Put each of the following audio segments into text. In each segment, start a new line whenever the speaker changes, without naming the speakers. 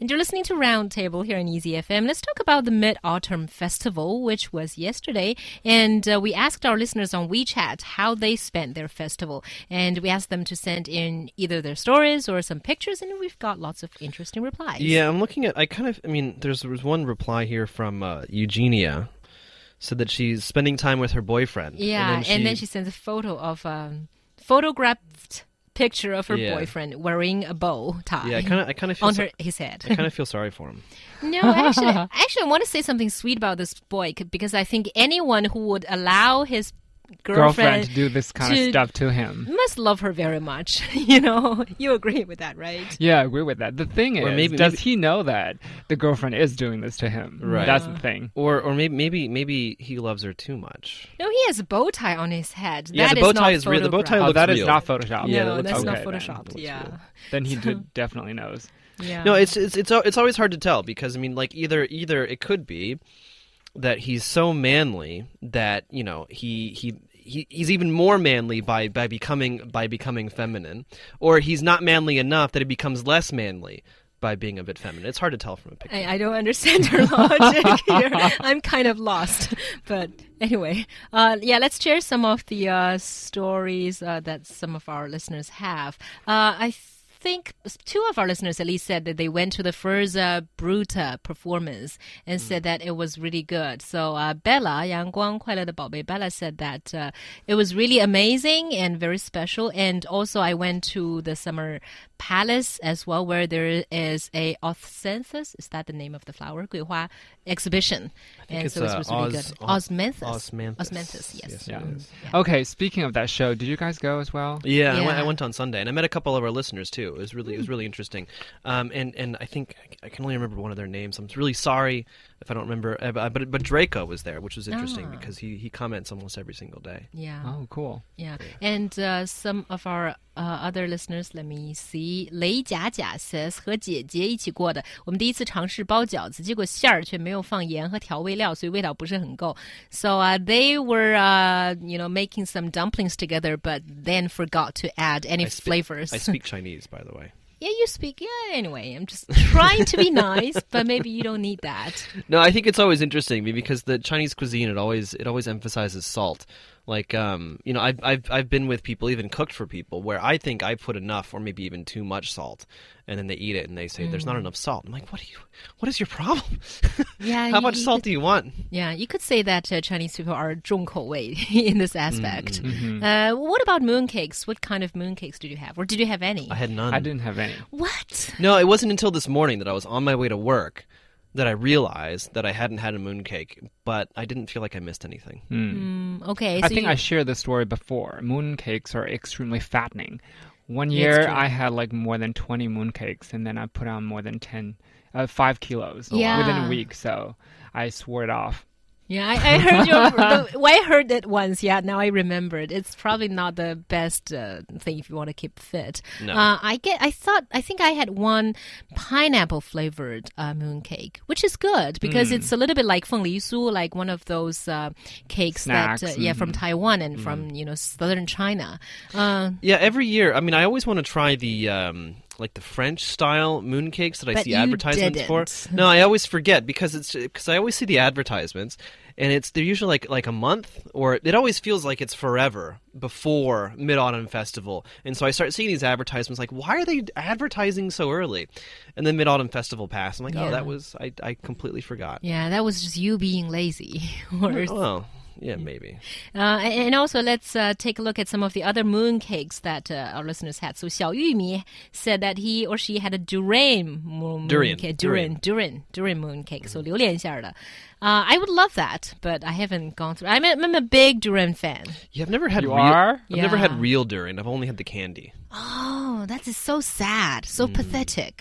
And you're listening to Roundtable here on Easy FM. Let's talk about the Mid Autumn Festival, which was yesterday. And uh, we asked our listeners on WeChat how they spent their festival. And we asked them to send in either their stories or some pictures. And we've got lots of interesting replies.
Yeah, I'm looking at. I kind of. I mean, there's there was one reply here from uh, Eugenia, said that she's spending time with her boyfriend.
Yeah, and then she, sends a photo of um, photographed picture of her
Yeah.
boyfriend wearing a bow tie
Yeah, I kind of. I kind of feel.
on
so-
her his head.
I kind of feel sorry for him.
No, actually, actually, I want to say something sweet about this boy c- because I think anyone who would allow his
girlfriend
girlfriend,
do this kind
to-
of stuff to him.
must love her very much. you know, you agree with that, right?
Yeah, I agree with that. The thing
Or
is,
maybe-
does
maybe-
he know that the girlfriend is doing this to him?
Right.
That's the thing.
Or or maybe maybe maybe he loves her too much.
No, he has a bow tie on his head.
Yeah,
That
the
is
bow tie
not
is real- the bow tie
photographed.
looks
oh, that is
real.
not Photoshop.
Yeah, that
no,
looks
that's
real.
not
Okay, then.
photoshopped. Yeah,
Then he did, definitely knows.
yeah.
No, it's it's it's al- it's always hard to tell because I mean, like either either it could be that he's so manly that you know he he. He, he's even more manly by, by becoming by becoming feminine, or he's not manly enough that he becomes less manly by being a bit feminine. It's hard to tell from a picture.
I, I don't understand her logic here. I'm kind of lost. But anyway, uh, yeah, let's share some of the uh, stories uh, that some of our listeners have. Uh, I think two of our listeners at least said that they went to the Furza Bruta performance and said that it was really good. So uh, Bella, 阳光快乐的宝贝, Bella said that uh, it was really amazing and very special. And also, I went to the summer palace as well, where there is a osmanthus. Is that the name of the flower? 桂花 exhibition. And
it's,
so it
uh,
was really
os-
good.
os-
Osmanthus.
osmanthus.
Osmanthus, yes.
Yes, it
Yeah.
is.
Okay. Speaking of that show, did you guys go as well?
Yeah, I, went, I
Yeah.
went on Sunday, and I met a couple of our listeners too. It was really, it was really interesting. Um, and and I think I can only remember one of their names. I'm really sorry if I don't remember. uh, But but, but Draco was there, which was interesting
Ah.
because he he comments almost every single day.
Yeah.
Oh, cool.
Yeah, and uh, some of our uh, other listeners, let me see. 雷甲甲 says 和姐姐一起过的，我们第一次尝试包饺子，结果馅儿却没有放盐和调味料，所以味道不是很够。So、uh, they were, uh, you know, making some dumplings together, but then forgot to add any
I spe-
flavors.
I speak Chinese, by the way.
yeah, you speak. Yeah, anyway, I'm just trying to be nice, but maybe you don't need that.
No, I think it's always interesting be- because the Chinese cuisine it always it always emphasizes salt. Like um, you know, I've, I've I've been with people, even cooked for people, where I think I put enough or maybe even too much salt, and then they eat it and they say
Mm.
there's not enough salt. I'm like, what do you? What is your problem?
Yeah,
how
you-
much
you
salt do you want?
Yeah, you could say that uh, Chinese people are 重口味 in this aspect.
Mm, mm-hmm.
Uh, what about mooncakes? What kind of mooncakes did you have, or did you have any?
I had none.
I didn't have any.
what?
No, it wasn't until this morning that I was on my way to work that I realized that I hadn't had a mooncake, but I didn't feel like I missed anything.
Mm, okay,
I
so
think
you,
I shared this story before. Mooncakes are extremely fattening. One
Yeah, it's
year,
true.
I had like more than 20 mooncakes, and then I put on more than 10, uh, 5 kilos
Yeah.
within a week. So I swore it off.
yeah, I, I heard your. the, well, I heard it once. Yeah, now I remembered. It's probably not the best uh, thing if you want to keep fit.
No.
Uh, I get. I thought. I think I had one pineapple flavored uh, mooncake, which is good because it's a little bit like feng li su, like one of those uh, cakes that
Snacks,
uh, yeah from Taiwan and from you know southern China. Uh,
Yeah, every year. I mean, I always want to try the um, like the French style mooncakes that I
But
see
you
advertisements for.
didn't.
No, I always forget because it's because I always see the advertisements, and it's they're usually like like a month or it always feels like it's forever before Mid Autumn Festival, and so I start seeing these advertisements like why are they advertising so early, and then Mid Autumn Festival passed. I'm like,
Yeah.
oh, that was I I completely forgot.
yeah, that was just you being lazy. or
Well, yeah, maybe.
Uh, and and also, let's uh, take a look at some of the other mooncakes that uh, our listeners had. So, Xiao Yumi said that he or she had a durian moon
Durian.
mooncake. Durian, durian, durian mooncake. So,
Mm-hmm.
榴莲馅儿的. Uh, I would love that, but I haven't gone through. I'm a, I'm a big durian fan.
Yeah, I've never had.
You
real,
are?
I've never
Yeah.
had real durian. I've only had the candy.
Oh, that is so sad, so
Mm.
pathetic.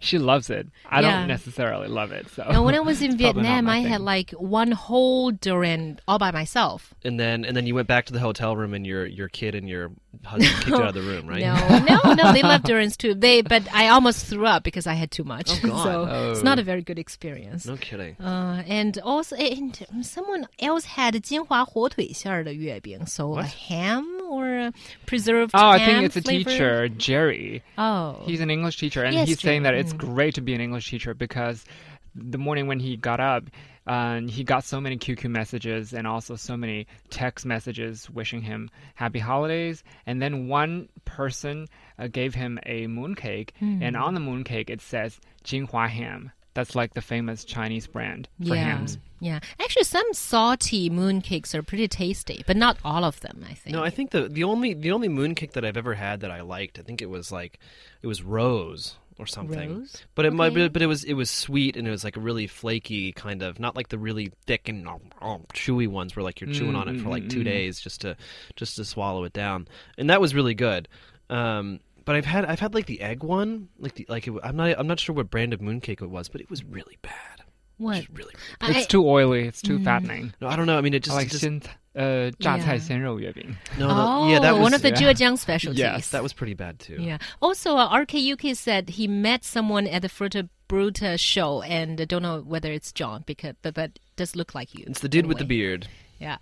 she loves it. I
Yeah.
don't necessarily love it. So
And when I was in
It's probably not
Vietnam,
my
I had
thing.
like one whole durian all by myself.
and then and then you went back to the hotel room and your your kid and your husband kicked you out of the room, right?
No, no, no. They love Durans too. They, but I almost threw up because I had too much.
Oh, God.
so it's
Oh.
not a very good experience.
No kidding.
Uh, and also, and someone else had 金华火腿馅儿的月饼, so a
What?
ham or uh, preserved
Oh, I think
ham
it's a
flavored?
teacher, Jerry.
Oh.
He's an English teacher, and
Yes,
he's saying that
Jerry,
it's
mm.
great to be an English teacher because the morning when he got up, uh, he got so many QQ messages and also so many text messages wishing him happy holidays. And then one person uh, gave him a mooncake,
Hmm.
and on the mooncake it says Jinghua ham. That's like the famous Chinese brand for
yeah.
hams.
Yeah. Actually, some salty moon cakes are pretty tasty, but not all of them, I think.
No, I think the the only the only moon cake that I've ever had that I liked, I think it was like it was rose or something.
Rose?
But it might
Okay.
but, but it was it was sweet and it was like a really flaky kind of not like the really thick and nom, nom, chewy ones where like you're chewing on it for like 2
Mm-hmm.
days just to just to swallow it down. And that was really good. Um but I've had I've had like the egg one, like the like it, I'm not I'm not sure what brand of mooncake it was, but it was really bad. It
what?
was really
I- Mm.
It's too oily. It's too fattening.
no, I don't know. I mean, it
I
just,
like
just
xin- uh, 榨菜鲜肉月饼.
no,
oh,
no, yeah, that was
one of the
yeah.
Zhejiang specialties.
Yes,
that was pretty bad too.
Yeah. Also, uh, RKUK said he met someone at the Fruta Bruta show, and I don't know whether it's John, because but, but it does look like you.
It's the dude with the
anyway.
beard.
Yeah.